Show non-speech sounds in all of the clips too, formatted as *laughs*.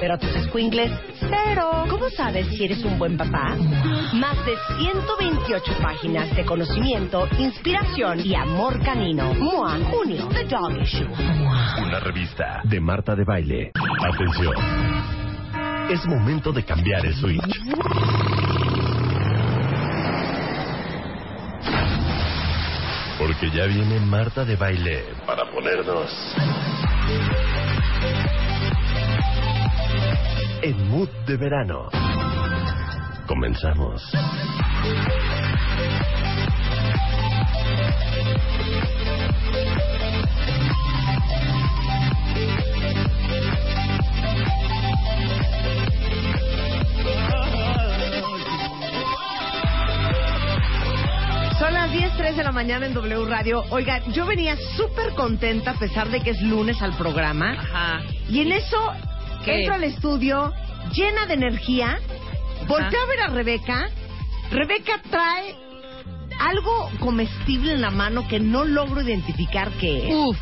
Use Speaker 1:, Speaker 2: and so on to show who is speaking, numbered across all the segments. Speaker 1: pero tus escuingles, cero. ¿Cómo sabes si eres un buen papá? Más de 128 páginas de conocimiento, inspiración y amor canino. Mua, junio, The Dog Issue.
Speaker 2: Una revista de Marta de Baile. Atención. Es momento de cambiar el switch. Porque ya viene Marta de Baile para ponernos en mood de verano. Comenzamos.
Speaker 3: Son las 10.03 de la mañana en W Radio. Oiga, yo venía súper contenta a pesar de que es lunes al programa.
Speaker 4: Ajá.
Speaker 3: Y en eso
Speaker 4: ¿Qué?
Speaker 3: entro al estudio llena de energía. Volteo a ver a Rebeca. Rebeca trae algo comestible en la mano que no logro identificar qué es.
Speaker 4: *laughs* Uf.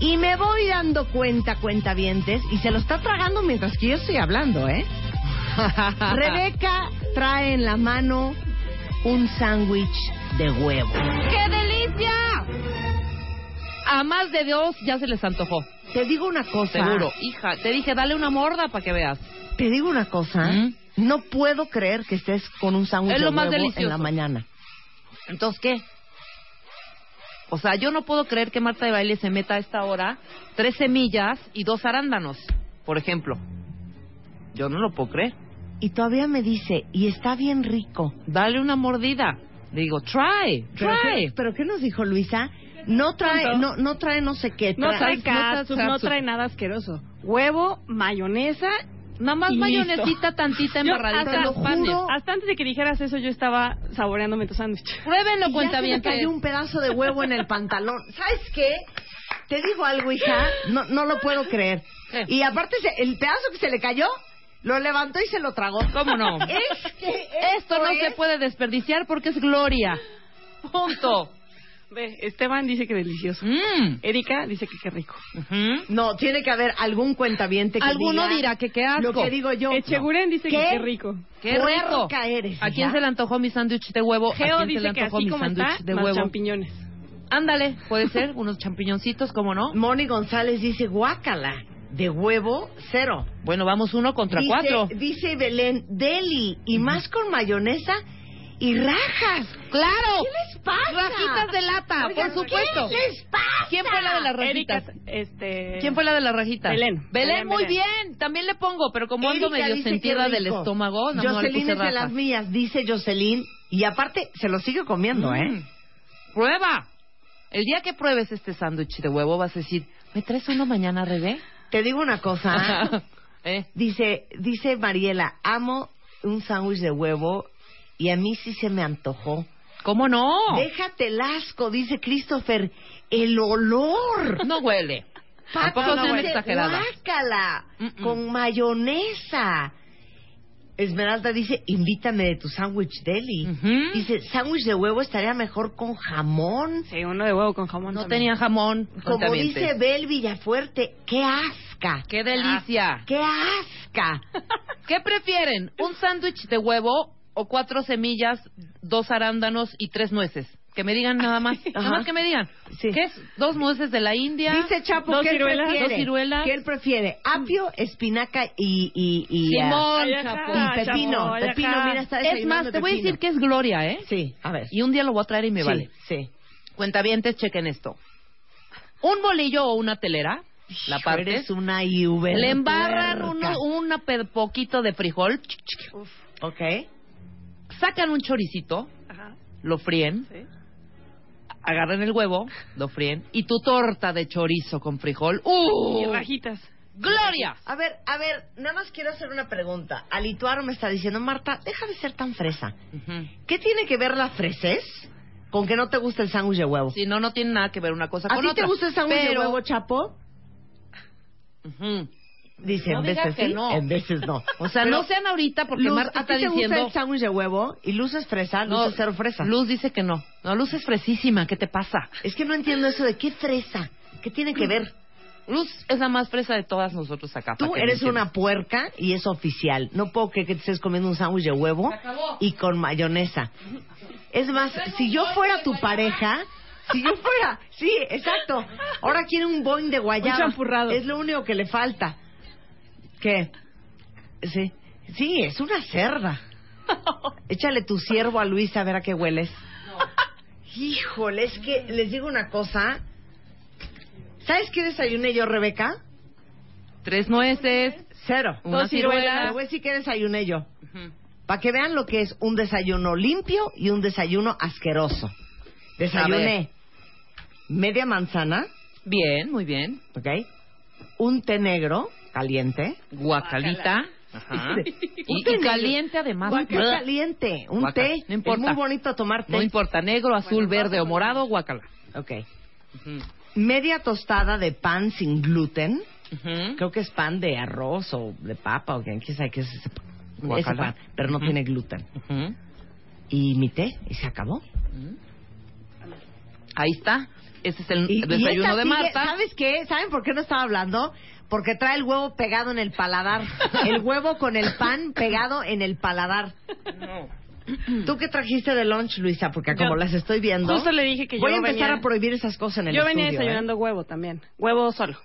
Speaker 3: Y me voy dando cuenta, cuenta dientes, y se lo está tragando mientras que yo estoy hablando, ¿eh? Rebeca trae en la mano un sándwich de huevo.
Speaker 4: ¡Qué delicia! A más de Dios ya se les antojó.
Speaker 3: Te digo una cosa.
Speaker 4: Seguro. Hija, te dije, dale una morda para que veas.
Speaker 3: Te digo una cosa.
Speaker 4: ¿Mm?
Speaker 3: No puedo creer que estés con un sándwich
Speaker 4: Es
Speaker 3: de
Speaker 4: lo más
Speaker 3: huevo en
Speaker 4: delicioso.
Speaker 3: la mañana.
Speaker 4: Entonces, ¿qué? O sea, yo no puedo creer que Marta de Baile se meta a esta hora tres semillas y dos arándanos, por ejemplo. Yo no lo puedo creer.
Speaker 3: Y todavía me dice, y está bien rico.
Speaker 4: Dale una mordida. Le digo, try,
Speaker 3: ¿Pero qué,
Speaker 4: try.
Speaker 3: pero qué nos dijo Luisa? No trae, no, no trae no sé qué.
Speaker 5: No trae catsup, no
Speaker 4: catsup.
Speaker 5: trae nada asqueroso. Huevo, mayonesa.
Speaker 4: Nada más
Speaker 5: Y listo.
Speaker 4: mayonesita tantita
Speaker 5: Yo
Speaker 4: embarradita
Speaker 5: hasta
Speaker 4: en
Speaker 5: lo
Speaker 4: los panes.
Speaker 3: juro.
Speaker 5: Hasta antes de que dijeras eso, yo estaba saboreándome tu sándwich.
Speaker 4: Pruébenlo,
Speaker 3: pues, Y ya
Speaker 4: cuenta
Speaker 3: se
Speaker 4: bien.
Speaker 3: me cayó un pedazo de huevo en el
Speaker 4: *laughs*
Speaker 3: pantalón. ¿Sabes qué? Te digo algo, hija. No, no lo puedo creer.
Speaker 4: ¿Qué?
Speaker 3: Y aparte, se- el pedazo que se le cayó, lo levantó y se lo tragó.
Speaker 4: ¿Cómo no?
Speaker 3: *laughs* Es que
Speaker 4: Esto no se
Speaker 5: ¿eh?
Speaker 3: es-
Speaker 4: puede desperdiciar porque es gloria. Punto.
Speaker 5: Ve, Esteban dice que delicioso.
Speaker 4: *laughs* Mm.
Speaker 5: Erika dice que qué rico.
Speaker 4: Ujú.
Speaker 3: No, tiene que haber algún cuentaviente que
Speaker 4: Alguno dirá que qué asco.
Speaker 3: Lo que digo yo.
Speaker 5: Echeguren Eh, dice
Speaker 3: ¿Qué?
Speaker 5: que qué rico.
Speaker 4: Qué rico.
Speaker 3: Puerca eres,
Speaker 4: ¿A quién
Speaker 3: hija?
Speaker 4: se le antojó mi sándwich de huevo? ¿A
Speaker 5: Geo
Speaker 4: quién se le
Speaker 5: dice que
Speaker 4: antojó
Speaker 5: así
Speaker 4: mi
Speaker 5: como está,
Speaker 4: sándwich de
Speaker 5: más
Speaker 4: huevo?
Speaker 5: champiñones.
Speaker 4: Ándale, puede ser, unos champiñoncitos, ¿cómo
Speaker 5: *laughs*
Speaker 4: no?
Speaker 3: Moni González dice, guácala, de huevo, cero.
Speaker 4: Bueno, vamos uno contra
Speaker 3: dice,
Speaker 4: cuatro.
Speaker 3: Dice Belén, deli, y más con mayonesa y rajas.
Speaker 4: ¡Claro!
Speaker 3: ¿Qué les pasa?
Speaker 4: Rajitas de lata,
Speaker 3: Oigan,
Speaker 4: por supuesto.
Speaker 3: ¿Qué les pasa?
Speaker 4: ¿Quién fue la de las
Speaker 5: Erika,
Speaker 4: rajitas?
Speaker 5: este...
Speaker 4: ¿Quién fue la de las rajitas?
Speaker 5: Belén.
Speaker 4: Belén,
Speaker 5: Belén,
Speaker 4: muy
Speaker 5: Belén.
Speaker 4: bien. También le pongo, pero como ando
Speaker 3: Erika
Speaker 4: medio
Speaker 3: dice,
Speaker 4: sentida
Speaker 3: qué
Speaker 4: del
Speaker 3: rico.
Speaker 4: estómago, no, no le
Speaker 3: Jocelyn
Speaker 4: puse
Speaker 3: es de las
Speaker 4: rajas.
Speaker 3: mías, dice Jocelyn. Y aparte, se lo sigue comiendo, ¿eh?
Speaker 4: Mm. Prueba. El día que pruebes este sándwich de huevo vas a decir, ¿me traes uno mañana, Rebe?
Speaker 3: Te digo una
Speaker 4: *laughs*
Speaker 3: cosa.
Speaker 4: ¿Eh?
Speaker 3: Dice, dice Mariela, amo un sándwich de huevo y a mí sí se me antojó.
Speaker 4: ¿Cómo no?
Speaker 3: Déjate el asco, dice Christopher, el olor.
Speaker 4: No huele. Tampoco sean
Speaker 3: dice,
Speaker 4: exageradas.
Speaker 3: guácala,
Speaker 4: Mm-mm.
Speaker 3: con mayonesa. Esmeralda dice, invítame de tu sándwich deli.
Speaker 4: Ujú.
Speaker 3: Dice, sándwich de huevo estaría mejor con jamón.
Speaker 5: Sí, uno de huevo con jamón.
Speaker 4: No
Speaker 5: también.
Speaker 4: tenía jamón.
Speaker 3: Como
Speaker 4: cuentavientes.
Speaker 3: dice Bel Villafuerte, qué asca.
Speaker 4: ¡Qué delicia!
Speaker 3: Qué asca.
Speaker 4: ¿Qué prefieren? ¿Un sándwich de huevo o cuatro semillas, dos arándanos y tres nueces? Que me digan nada más. Nada
Speaker 3: *laughs* Ajá.
Speaker 4: más que me digan.
Speaker 3: Sí.
Speaker 4: ¿Qué es? Dos nueces de la India.
Speaker 3: Dice Chapo
Speaker 4: dos
Speaker 3: que él
Speaker 4: ciruelas,
Speaker 3: prefiere.
Speaker 4: Dos ciruelas.
Speaker 3: Que él prefiere apio, espinaca y... y, y ah,
Speaker 4: Simón,
Speaker 5: Ay, ajá,
Speaker 4: Chapo.
Speaker 3: y pepino.
Speaker 5: Chapo, ay,
Speaker 3: pepino,
Speaker 5: ajá.
Speaker 3: mira, está
Speaker 4: Es
Speaker 3: desayunando
Speaker 4: más, te voy a
Speaker 3: pepino.
Speaker 4: decir que es Gloria, ¿eh?
Speaker 3: Sí, a ver.
Speaker 4: Y un día lo voy a traer y me
Speaker 3: Sí,
Speaker 4: vale.
Speaker 3: Sí.
Speaker 4: Cuentavientes, chequen esto. Un bolillo o una telera, la partes,
Speaker 3: Eres una IUV.
Speaker 4: le embarran
Speaker 3: puerca.
Speaker 4: uno- una pe- poquito de frijol, ch, ch, ch,
Speaker 5: Uf,
Speaker 3: Ok.
Speaker 4: sacan un choricito,
Speaker 5: ajá,
Speaker 4: lo fríen,
Speaker 5: sí.
Speaker 4: agarran el huevo, lo fríen, y tu torta de chorizo con frijol. ¡Uh!
Speaker 5: Y rajitas.
Speaker 4: ¡Gloria!
Speaker 3: A ver, a ver, nada más quiero hacer una pregunta. Alituaro me está diciendo, Marta, deja de ser tan fresa. ¿Qué tiene que ver la fresez con que no te gusta el sándwich de huevo?
Speaker 4: Si no, no tiene nada que ver una cosa
Speaker 3: ¿A
Speaker 4: con
Speaker 3: ti
Speaker 4: otra.
Speaker 3: te gusta el sándwich de
Speaker 4: Pero-
Speaker 3: huevo, Chapo?
Speaker 4: Ujú.
Speaker 3: Dice,
Speaker 4: No
Speaker 3: en
Speaker 4: digas
Speaker 3: veces
Speaker 4: que
Speaker 3: sí,
Speaker 4: no.
Speaker 3: en veces no.
Speaker 4: O sea,
Speaker 3: Pero,
Speaker 4: no sean ahorita porque
Speaker 3: Luz,
Speaker 4: Marta
Speaker 3: ¿a ti
Speaker 4: está
Speaker 3: te gusta
Speaker 4: diciendo...
Speaker 3: el sándwich de huevo? Y Luz es fresa, Luz
Speaker 4: No,
Speaker 3: es cero fresa.
Speaker 4: Luz dice que no. No, Luz es fresísima. ¿Qué te pasa?
Speaker 3: Es que no entiendo eso de qué fresa. ¿Qué tiene que ver?
Speaker 4: Luz es la más fresa de todas nosotros acá.
Speaker 3: Tú
Speaker 4: para que
Speaker 3: eres
Speaker 4: me entiendas.
Speaker 3: una puerca y es oficial. No puedo creer que te estés comiendo un sándwich de huevo y con mayonesa. Es más, si yo fuera tu pareja, si yo fuera, sí, exacto. Ahora quiere un boing de guayaba.
Speaker 5: Un champurrado.
Speaker 3: Es lo único que le falta. ¿Qué? Sí, sí, es una cerda. Échale tu ciervo a Luis a ver a qué hueles. Híjole, es que les digo una cosa. ¿Sabes qué desayuné yo, Rebeca?
Speaker 4: Tres nueces.
Speaker 3: Cero.
Speaker 4: Una
Speaker 3: Dos
Speaker 4: ciruela.
Speaker 3: Te voy a decir que desayuné yo. Para que vean lo que es un desayuno limpio y un desayuno asqueroso. Desayuné media manzana,
Speaker 4: Bien, muy bien.
Speaker 3: ¿ok? Un té negro caliente.
Speaker 4: Guacalita.
Speaker 3: *laughs*
Speaker 4: Ajá.
Speaker 3: Un
Speaker 4: Y,
Speaker 3: té
Speaker 4: y
Speaker 3: negro.
Speaker 4: caliente además.
Speaker 3: Guacala caliente, un
Speaker 4: Guaca-
Speaker 3: té.
Speaker 4: no importa.
Speaker 3: Es muy bonito tomar té.
Speaker 4: No importa, negro, azul, verde o morado, guacala.
Speaker 3: Ok. Media tostada de pan sin gluten. Creo que es pan de arroz o de papa o quién quién sabe qué es ese pan. Ese
Speaker 4: Guacala.
Speaker 3: pan, pero no
Speaker 4: Ujú.
Speaker 3: tiene gluten.
Speaker 4: Ujú.
Speaker 3: Y mi té, y se acabó.
Speaker 4: Ahí está. Ese es el
Speaker 3: Y- y
Speaker 4: desayuno
Speaker 3: esta
Speaker 4: de
Speaker 3: sigue-
Speaker 4: Marta.
Speaker 3: ¿Sabes qué? ¿Saben por qué no estaba hablando? Porque trae el huevo pegado en el paladar.
Speaker 5: *laughs*
Speaker 3: El huevo con el pan pegado en el paladar. ¿Tú qué trajiste de lunch, Luisa? Porque como
Speaker 5: Yo-
Speaker 3: las estoy viendo.
Speaker 5: Justo le dije que yo
Speaker 3: Voy a empezar
Speaker 5: venía-
Speaker 3: a prohibir esas cosas en el
Speaker 5: Yo venía
Speaker 3: estudio, ¿eh?
Speaker 5: desayunando huevo también. Huevo solo.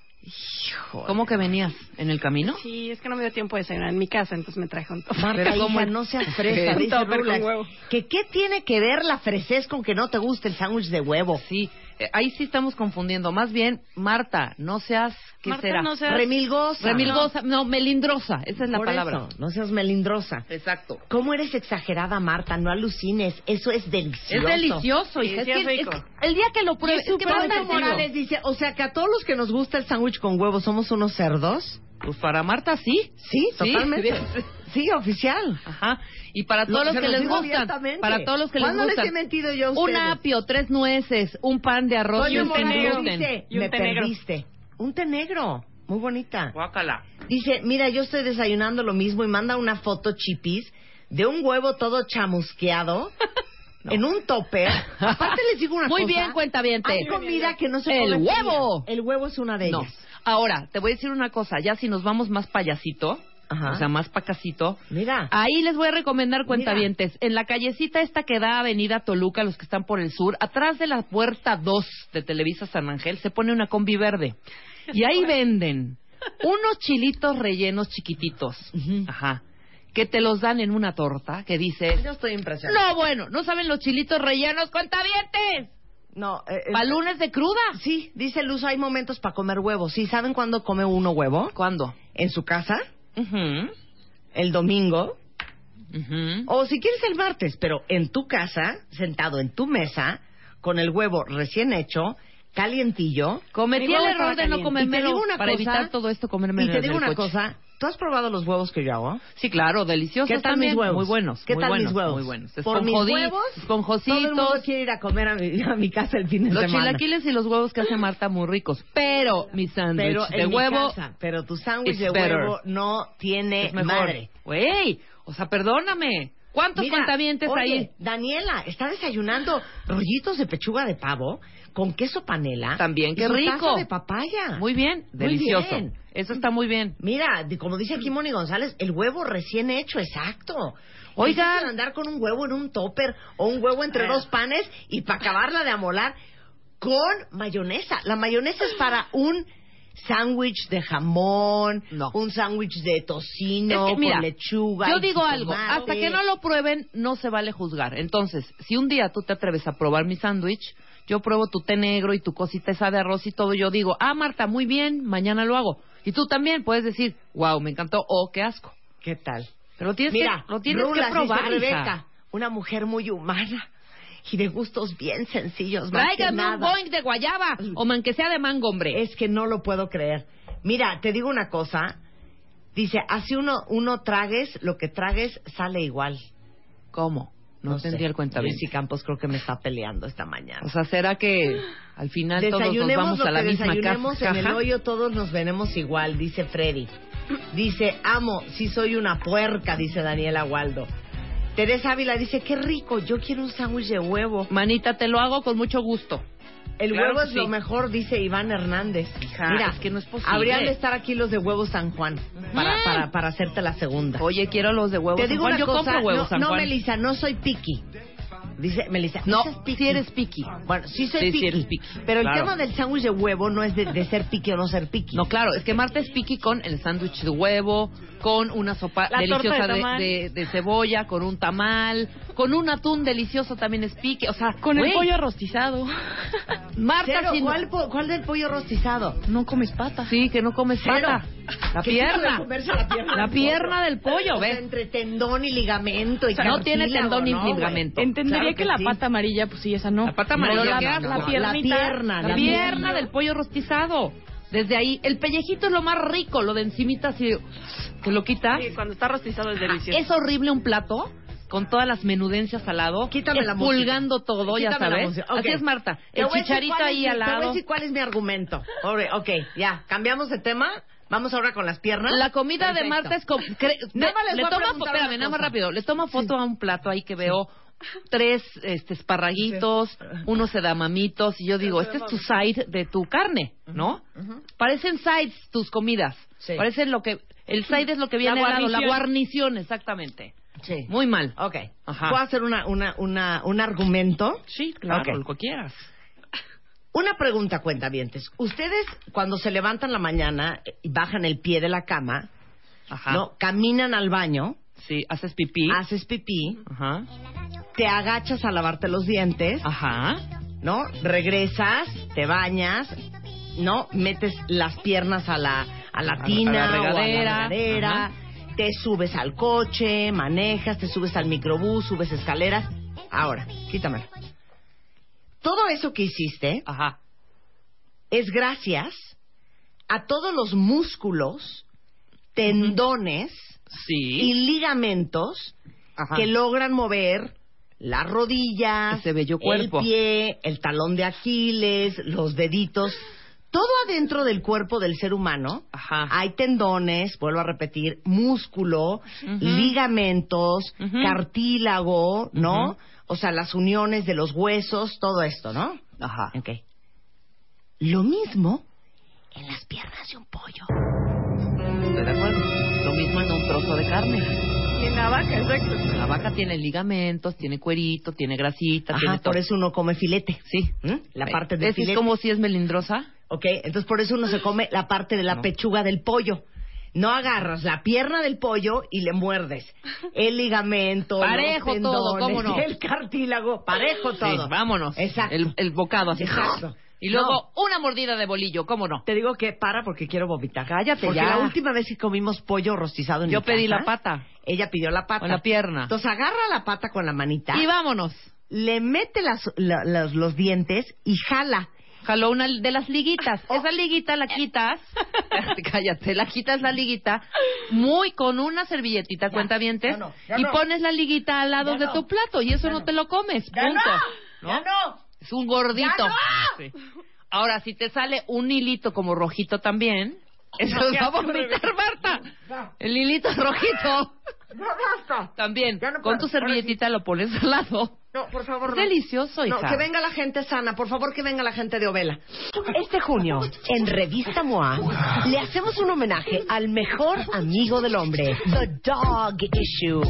Speaker 3: Híjole.
Speaker 4: ¿Cómo que venías? ¿En el camino?
Speaker 5: Sí, es que no me dio tiempo de desayunar en mi casa, entonces me traje un tope.
Speaker 3: Marta,
Speaker 4: Pero
Speaker 3: hija,
Speaker 4: ¿cómo?
Speaker 3: no seas
Speaker 5: *laughs*
Speaker 3: fresa,
Speaker 5: Un
Speaker 3: dice
Speaker 5: topper con
Speaker 3: Rulax.
Speaker 5: huevo.
Speaker 3: ¿Que ¿Qué tiene que ver la fresez con que no te guste el sándwich de huevo?
Speaker 4: Sí. Eh, ahí sí estamos confundiendo. Más bien, Marta, no seas... ¿Qué
Speaker 5: Marta,
Speaker 4: será?
Speaker 5: no seas-
Speaker 3: Remilgosa.
Speaker 4: Remilgosa, no, melindrosa, esa es la
Speaker 3: Por
Speaker 4: palabra.
Speaker 3: eso, no seas melindrosa.
Speaker 4: Exacto.
Speaker 3: ¿Cómo eres exagerada, Marta? No alucines. Eso es delicioso.
Speaker 4: Es delicioso,
Speaker 5: Sí,
Speaker 4: hija.
Speaker 5: sí
Speaker 4: es
Speaker 5: es
Speaker 4: que-
Speaker 5: rico.
Speaker 4: es que el día que lo pruebes, es que
Speaker 3: Marta
Speaker 4: Marta
Speaker 3: Morales
Speaker 4: Morales.
Speaker 3: dice, o sea que a todos los que nos gusta el sándwich con huevo somos unos cerdos.
Speaker 4: Pues para Marta sí.
Speaker 3: Sí, totalmente.
Speaker 4: bien.
Speaker 3: Sí, oficial.
Speaker 4: Ajá. Y para
Speaker 3: Lo-
Speaker 4: todos los
Speaker 3: se
Speaker 4: que
Speaker 3: los
Speaker 4: les
Speaker 3: digo
Speaker 4: gustan,
Speaker 3: abiertamente.
Speaker 4: para todos los que les
Speaker 3: ¿Cuándo les
Speaker 4: gustan.
Speaker 3: he mentido yo a
Speaker 4: un
Speaker 3: ustedes?
Speaker 4: apio, tres nueces, un pan de arroz
Speaker 5: Soy
Speaker 4: y
Speaker 5: un
Speaker 4: un sin
Speaker 5: monero.
Speaker 4: gluten.
Speaker 3: dice,
Speaker 5: Y un
Speaker 3: me
Speaker 5: té negro.
Speaker 3: perdiste. Un té negro. Muy bonita.
Speaker 4: Guácala.
Speaker 3: Dice, mira, yo estoy desayunando lo mismo y manda una foto chipis de un huevo todo
Speaker 4: *laughs*
Speaker 3: chamusqueado en un tope. Aparte les digo una
Speaker 4: Muy
Speaker 3: cosa.
Speaker 4: bien, cuentaviente.
Speaker 3: Hay comida que no se
Speaker 4: El
Speaker 3: come fría.
Speaker 4: huevo.
Speaker 3: El huevo es una de
Speaker 4: No.
Speaker 3: ellas.
Speaker 4: Ahora, te voy a decir una cosa, ya si nos vamos más payasito,
Speaker 3: Ajá.
Speaker 4: o sea, Ah, más pacasito,
Speaker 3: Mira.
Speaker 4: Ahí les voy a recomendar cuentavientes. En la callecita esta que da Avenida Toluca, los que están por el sur, atrás de la puerta 2 de Televisa San Ángel, se pone una combi verde. Y ahí venden unos chilitos rellenos chiquititos.
Speaker 3: Ujú.
Speaker 4: Ajá. Que te los dan en una torta que dices.
Speaker 3: Yo estoy impresionada.
Speaker 4: No, bueno, no saben los chilitos rellenos, cuentavientes.
Speaker 3: No, eh, eh,
Speaker 4: Para lunes de cruda.
Speaker 3: sí, dice Luz, hay momentos para comer huevos. ¿Sí saben cuándo come uno huevo?
Speaker 4: ¿Cuándo?
Speaker 3: En su casa,
Speaker 4: Ujú,
Speaker 3: el domingo,
Speaker 4: ujú.
Speaker 3: o si quieres el martes, pero en tu casa, sentado en tu mesa, con el huevo recién hecho, calientillo.
Speaker 4: Cometí
Speaker 5: Mi huevo
Speaker 4: el
Speaker 5: estaba
Speaker 4: error de no
Speaker 5: caliente.
Speaker 3: Y te
Speaker 4: comérmelo
Speaker 3: digo una
Speaker 4: para
Speaker 3: cosa,
Speaker 4: evitar todo esto comerme
Speaker 3: Y te
Speaker 4: en
Speaker 3: digo
Speaker 4: el
Speaker 3: una
Speaker 4: coche.
Speaker 3: cosa, ¿tú has probado los huevos que yo hago?
Speaker 4: Sí, claro, deliciosos
Speaker 3: ¿Qué tal
Speaker 4: también.
Speaker 3: mis huevos?
Speaker 4: Muy buenos.
Speaker 3: ¿Qué
Speaker 4: muy
Speaker 3: tal
Speaker 4: buenos,
Speaker 3: mis huevos?
Speaker 4: Muy buenos.
Speaker 3: Por mis huevos,
Speaker 4: Esponjodi-
Speaker 3: todo el mundo
Speaker 4: esponjositos.
Speaker 3: quiere ir a comer a mi, *laughs* a mi casa el fin de
Speaker 4: Los
Speaker 3: semana.
Speaker 4: chilaquiles y los huevos que hace Marta muy ricos. Pero mi
Speaker 3: pero
Speaker 4: sándwich
Speaker 3: en
Speaker 4: de
Speaker 3: mi
Speaker 4: huevo
Speaker 3: casa, pero tu sándwich
Speaker 4: it's
Speaker 3: de
Speaker 4: better.
Speaker 3: huevo no tiene
Speaker 4: es mejor.
Speaker 3: madre.
Speaker 4: Güey, o sea, perdóname. ¿Cuántos
Speaker 3: Mira,
Speaker 4: cuentavientes
Speaker 3: oye,
Speaker 4: ahí?
Speaker 3: Daniela está desayunando rollitos de pechuga de pavo con queso panela.
Speaker 4: También,
Speaker 3: y
Speaker 4: qué
Speaker 3: su taza
Speaker 4: rico.
Speaker 3: de papaya.
Speaker 4: Muy bien, delicioso.
Speaker 3: bien.
Speaker 4: Eso está muy bien.
Speaker 3: Mira, de- como dice aquí Moni González, el huevo recién hecho, exacto.
Speaker 4: Oigan.
Speaker 3: Empiezan a andar con un huevo en un topper o un huevo entre
Speaker 4: Ah.
Speaker 3: dos panes y para acabarla de amolar con mayonesa. La mayonesa es para un sándwich de jamón,
Speaker 4: No.
Speaker 3: un sándwich de tocino
Speaker 4: Es que, Eh, mira,
Speaker 3: con lechuga.
Speaker 4: Yo
Speaker 3: y
Speaker 4: digo algo,
Speaker 3: jitomate.
Speaker 4: hasta que no lo prueben, no se vale juzgar. Entonces, si un día tú te atreves a probar mi sándwich, yo pruebo tu té negro y tu cosita esa de arroz y todo, yo digo, ah, Marta, muy bien, mañana lo hago. Y tú también puedes decir, wow, me encantó, o qué asco.
Speaker 3: ¿Qué tal?
Speaker 4: Pero lo tienes,
Speaker 3: Mira,
Speaker 4: que, lo tienes
Speaker 3: Rulas dice
Speaker 4: que probar, hija.
Speaker 3: Rebeca, una mujer muy humana y de gustos bien sencillos. pues más que
Speaker 4: Tráigame un
Speaker 3: nada.
Speaker 4: boing de guayaba, o man que sea de mango, hombre.
Speaker 3: Es que no lo puedo creer. Mira, te digo una cosa. Dice, así uno, uno tragues, lo que tragues sale igual.
Speaker 4: ¿Cómo? No,
Speaker 3: sé.
Speaker 4: tendría el cuenta bien.
Speaker 3: Jessy Campos creo que me está peleando esta
Speaker 4: O
Speaker 3: mañana.
Speaker 4: sea, ¿será que al final todos nos vamos
Speaker 3: lo
Speaker 4: a la
Speaker 3: que
Speaker 4: misma
Speaker 3: desayunemos
Speaker 4: casa?
Speaker 3: en el hoyo, todos nos veremos igual, dice Freddy. Dice, amo, sí soy una puerca, dice Daniela Waldo. Teresa Ávila dice, qué rico, yo quiero un sándwich de huevo.
Speaker 4: Manita, te lo hago con mucho gusto.
Speaker 3: El
Speaker 4: Claro
Speaker 3: huevo
Speaker 4: que
Speaker 3: es lo
Speaker 4: sí.
Speaker 3: mejor, dice Iván Hernández.
Speaker 4: Hija, es que no es posible.
Speaker 3: Habrían de estar aquí los de huevo San Juan para,
Speaker 4: Mm.
Speaker 3: para, para hacerte la segunda.
Speaker 4: Oye, quiero los de huevos
Speaker 3: Te
Speaker 4: San
Speaker 3: digo
Speaker 4: Juan.
Speaker 3: una
Speaker 4: Yo
Speaker 3: cosa,
Speaker 4: compro huevos
Speaker 3: no,
Speaker 4: San
Speaker 3: no,
Speaker 4: Juan.
Speaker 3: Melissa, no soy piqui. Dice Melissa,
Speaker 4: No,
Speaker 3: seas
Speaker 4: sí eres piqui.
Speaker 3: Bueno, sí soy
Speaker 4: Sí, sí
Speaker 3: piqui.
Speaker 4: eres piqui,
Speaker 3: Pero el
Speaker 4: claro.
Speaker 3: tema del sándwich de huevo no es de, de ser piqui o no ser piqui.
Speaker 4: No, claro, es que Marta es piqui con el sándwich de huevo, con una sopa
Speaker 5: La torta
Speaker 4: deliciosa
Speaker 5: de
Speaker 4: de,
Speaker 5: tamal.
Speaker 4: de- de cebolla, con un tamal, con un atún delicioso también es piqui. O sea,
Speaker 5: Con
Speaker 4: güey,
Speaker 5: el pollo rostizado.
Speaker 4: Marta,
Speaker 3: Cero,
Speaker 4: si no-
Speaker 3: ¿cuál, po- cuál del pollo rostizado?
Speaker 5: No comes pata.
Speaker 4: sí, que no comes
Speaker 3: Cero.
Speaker 4: pata. La
Speaker 3: ¿Qué tipo de
Speaker 4: pierna.
Speaker 3: comerse la pierna?
Speaker 4: La
Speaker 3: del
Speaker 4: pierna del pollo,
Speaker 3: O sea,
Speaker 4: ¿ves?
Speaker 3: entre tendón y ligamento y
Speaker 4: O sea, no tiene
Speaker 3: cartílago,
Speaker 4: tendón ni
Speaker 3: ¿no, güey?
Speaker 4: ligamento.
Speaker 5: Entendería
Speaker 3: Claro
Speaker 5: que, la
Speaker 3: sí.
Speaker 5: pata amarilla, pues sí, esa no.
Speaker 4: La pata amarilla,
Speaker 5: Pero
Speaker 4: ¿qué
Speaker 5: la,
Speaker 4: asco?
Speaker 5: la
Speaker 4: La
Speaker 5: piernita.
Speaker 3: pierna,
Speaker 4: La,
Speaker 3: La
Speaker 4: pierna
Speaker 3: pierna.
Speaker 4: del pollo rostizado. Desde ahí, el pellejito es lo más rico, lo de encimita así, que lo quita.
Speaker 5: Sí, cuando está rostizado Ah, es delicioso.
Speaker 4: Es horrible un plato con todas las menudencias al lado,
Speaker 3: Quítame la
Speaker 4: pulgando
Speaker 3: música.
Speaker 4: todo, ya
Speaker 3: Quítame la
Speaker 4: sabes.
Speaker 3: música. Ok.
Speaker 4: Así es Marta,
Speaker 3: Te
Speaker 4: el
Speaker 3: voy a decir
Speaker 4: chicharito
Speaker 3: cuál es
Speaker 4: ahí
Speaker 3: mi-
Speaker 4: al
Speaker 3: Te voy a
Speaker 4: lado.
Speaker 3: decir cuál es mi argumento. Ore- Ok, ya, cambiamos de tema. Vamos ahora con las piernas.
Speaker 4: La comida de
Speaker 3: Perfecto.
Speaker 4: Marta es como cre- *laughs*
Speaker 3: Nada más les
Speaker 4: le
Speaker 3: voy a
Speaker 4: toma,
Speaker 3: preguntar
Speaker 4: espérame,
Speaker 3: una
Speaker 4: nada más
Speaker 3: cosa.
Speaker 4: rápido, le toma foto a un plato ahí que veo tres este esparraguitos, unos edamamitos y yo digo, este es tu side de tu carne, ¿no? Parecen sides tus comidas.
Speaker 3: Sí.
Speaker 4: Parecen lo que el side es lo que viene al lado, la guarnición exactamente.
Speaker 3: Sí.
Speaker 4: Muy mal.
Speaker 3: Ok.
Speaker 4: Ajá.
Speaker 3: Puedo hacer una, una, una, un argumento.
Speaker 4: Sí, claro,
Speaker 3: Ok.
Speaker 4: lo que quieras.
Speaker 3: Una pregunta, cuentavientes. Ustedes, cuando se levantan la mañana y bajan el pie de la cama,
Speaker 4: Ajá. Ah.
Speaker 3: ¿no? Caminan al baño,
Speaker 4: Sí, haces pipí.
Speaker 3: haces pipí,
Speaker 4: Ajá.
Speaker 3: te agachas a lavarte los dientes,
Speaker 4: Ajá.
Speaker 3: ¿no? Regresas, te bañas, ¿no? Metes las piernas a la, a la
Speaker 4: la
Speaker 3: tina
Speaker 4: regadera.
Speaker 3: o a la regadera, te subes al coche, manejas, te subes al microbús, subes escaleras. Ahora, quítamelo. Todo eso que hiciste
Speaker 4: Ajá.
Speaker 3: es gracias a todos los músculos, tendones y
Speaker 4: Sí.
Speaker 3: ligamentos
Speaker 4: Ajá.
Speaker 3: que logran mover las rodillas,
Speaker 4: Ese bello cuerpo.
Speaker 3: el pie, el talón de Aquiles, los deditos, todo adentro del cuerpo del ser humano.
Speaker 4: Ajá.
Speaker 3: Hay tendones, vuelvo a repetir, músculo, ligamentos,
Speaker 4: Ujú.
Speaker 3: cartílago, ¿no?
Speaker 4: Ujú.
Speaker 3: O sea, las uniones de los huesos, todo esto, ¿no?
Speaker 4: Ajá.
Speaker 3: Ok. Lo mismo en las piernas de un pollo.
Speaker 4: Estoy de acuerdo. Lo mismo en un trozo de carne.
Speaker 5: En la vaca, exacto.
Speaker 4: La vaca tiene ligamentos, tiene cuerito, tiene grasita, tiene
Speaker 3: Ajá,
Speaker 4: todo.
Speaker 3: por eso uno come filete.
Speaker 4: Sí.
Speaker 3: ¿Mm? La parte del
Speaker 4: ¿Ves?
Speaker 3: filete.
Speaker 4: Es como si es melindrosa.
Speaker 3: Ok, entonces por eso uno se come la parte de la
Speaker 4: No.
Speaker 3: pechuga del pollo. No agarras la pierna del pollo y le muerdes. El ligamento,
Speaker 4: Parejo
Speaker 3: los
Speaker 4: todo, ¿cómo
Speaker 3: tendones,
Speaker 4: no?
Speaker 3: el cartílago, parejo todo.
Speaker 4: Sí, vámonos.
Speaker 3: Exacto.
Speaker 4: El, el bocado así.
Speaker 3: Exacto.
Speaker 4: Y luego una mordida de bolillo, ¿cómo no?
Speaker 3: Te digo que para porque quiero vomitar.
Speaker 4: Cállate
Speaker 3: porque
Speaker 4: ya.
Speaker 3: la última vez que comimos pollo rostizado en
Speaker 4: Yo
Speaker 3: mi
Speaker 4: pedí
Speaker 3: casa,
Speaker 4: la pata.
Speaker 3: Ella pidió la pata.
Speaker 4: O la pierna.
Speaker 3: Entonces agarra la pata con la manita.
Speaker 4: Y vámonos.
Speaker 3: le mete las- la- las- los dientes y jala.
Speaker 4: Jaló una de las liguitas.
Speaker 3: Oh.
Speaker 4: Esa liguita
Speaker 3: *laughs*
Speaker 4: la quitas. Cállate, la quitas la liguita muy con una servilletita, cuenta dientes,
Speaker 3: no, no, ya
Speaker 4: y
Speaker 3: no.
Speaker 4: pones la liguita al lado
Speaker 3: Ya
Speaker 4: de
Speaker 3: no,
Speaker 4: tu plato y eso no, te lo comes. punto. ¿No? Es un gordito.
Speaker 3: ¡Ya no!
Speaker 4: Sí. Ahora, si te sale un hilito como rojito también, eso
Speaker 3: No,
Speaker 4: lo
Speaker 3: ya,
Speaker 4: va a vomitar Marta. El hilito *laughs* rojito.
Speaker 3: No, basta.
Speaker 4: También,
Speaker 3: Ya no
Speaker 4: con
Speaker 3: puedo.
Speaker 4: tu servilletita lo pones al lado.
Speaker 3: No, por favor,
Speaker 4: Es
Speaker 3: no.
Speaker 4: delicioso,
Speaker 6: No,
Speaker 4: hija.
Speaker 6: que venga la gente sana, por favor, que venga la gente de Ovela.
Speaker 3: Este junio, en Revista MOA, le hacemos un homenaje al mejor amigo del hombre, The Dog Issue.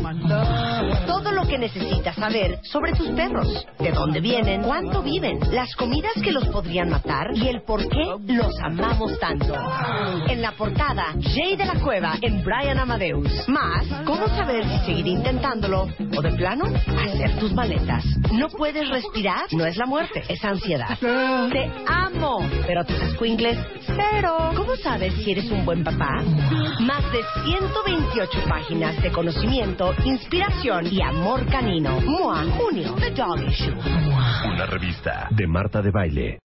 Speaker 3: Todo lo que necesitas saber sobre tus perros, de dónde vienen, cuánto viven, las comidas que los podrían matar y el por qué los amamos tanto. En la portada, Jay de la Cueva en Brian Amadeus. Más, cómo saber si seguir intentándolo o de plano, hacer tus maletas. No puedes respirar, no es la muerte, es ansiedad. Te amo, pero tus escuingles, cero. ¿Cómo sabes si eres un buen papá? Más de 128 páginas de conocimiento, inspiración y amor canino. MOA, junio, The Dog Issue.
Speaker 2: Una revista de Marta de Baile.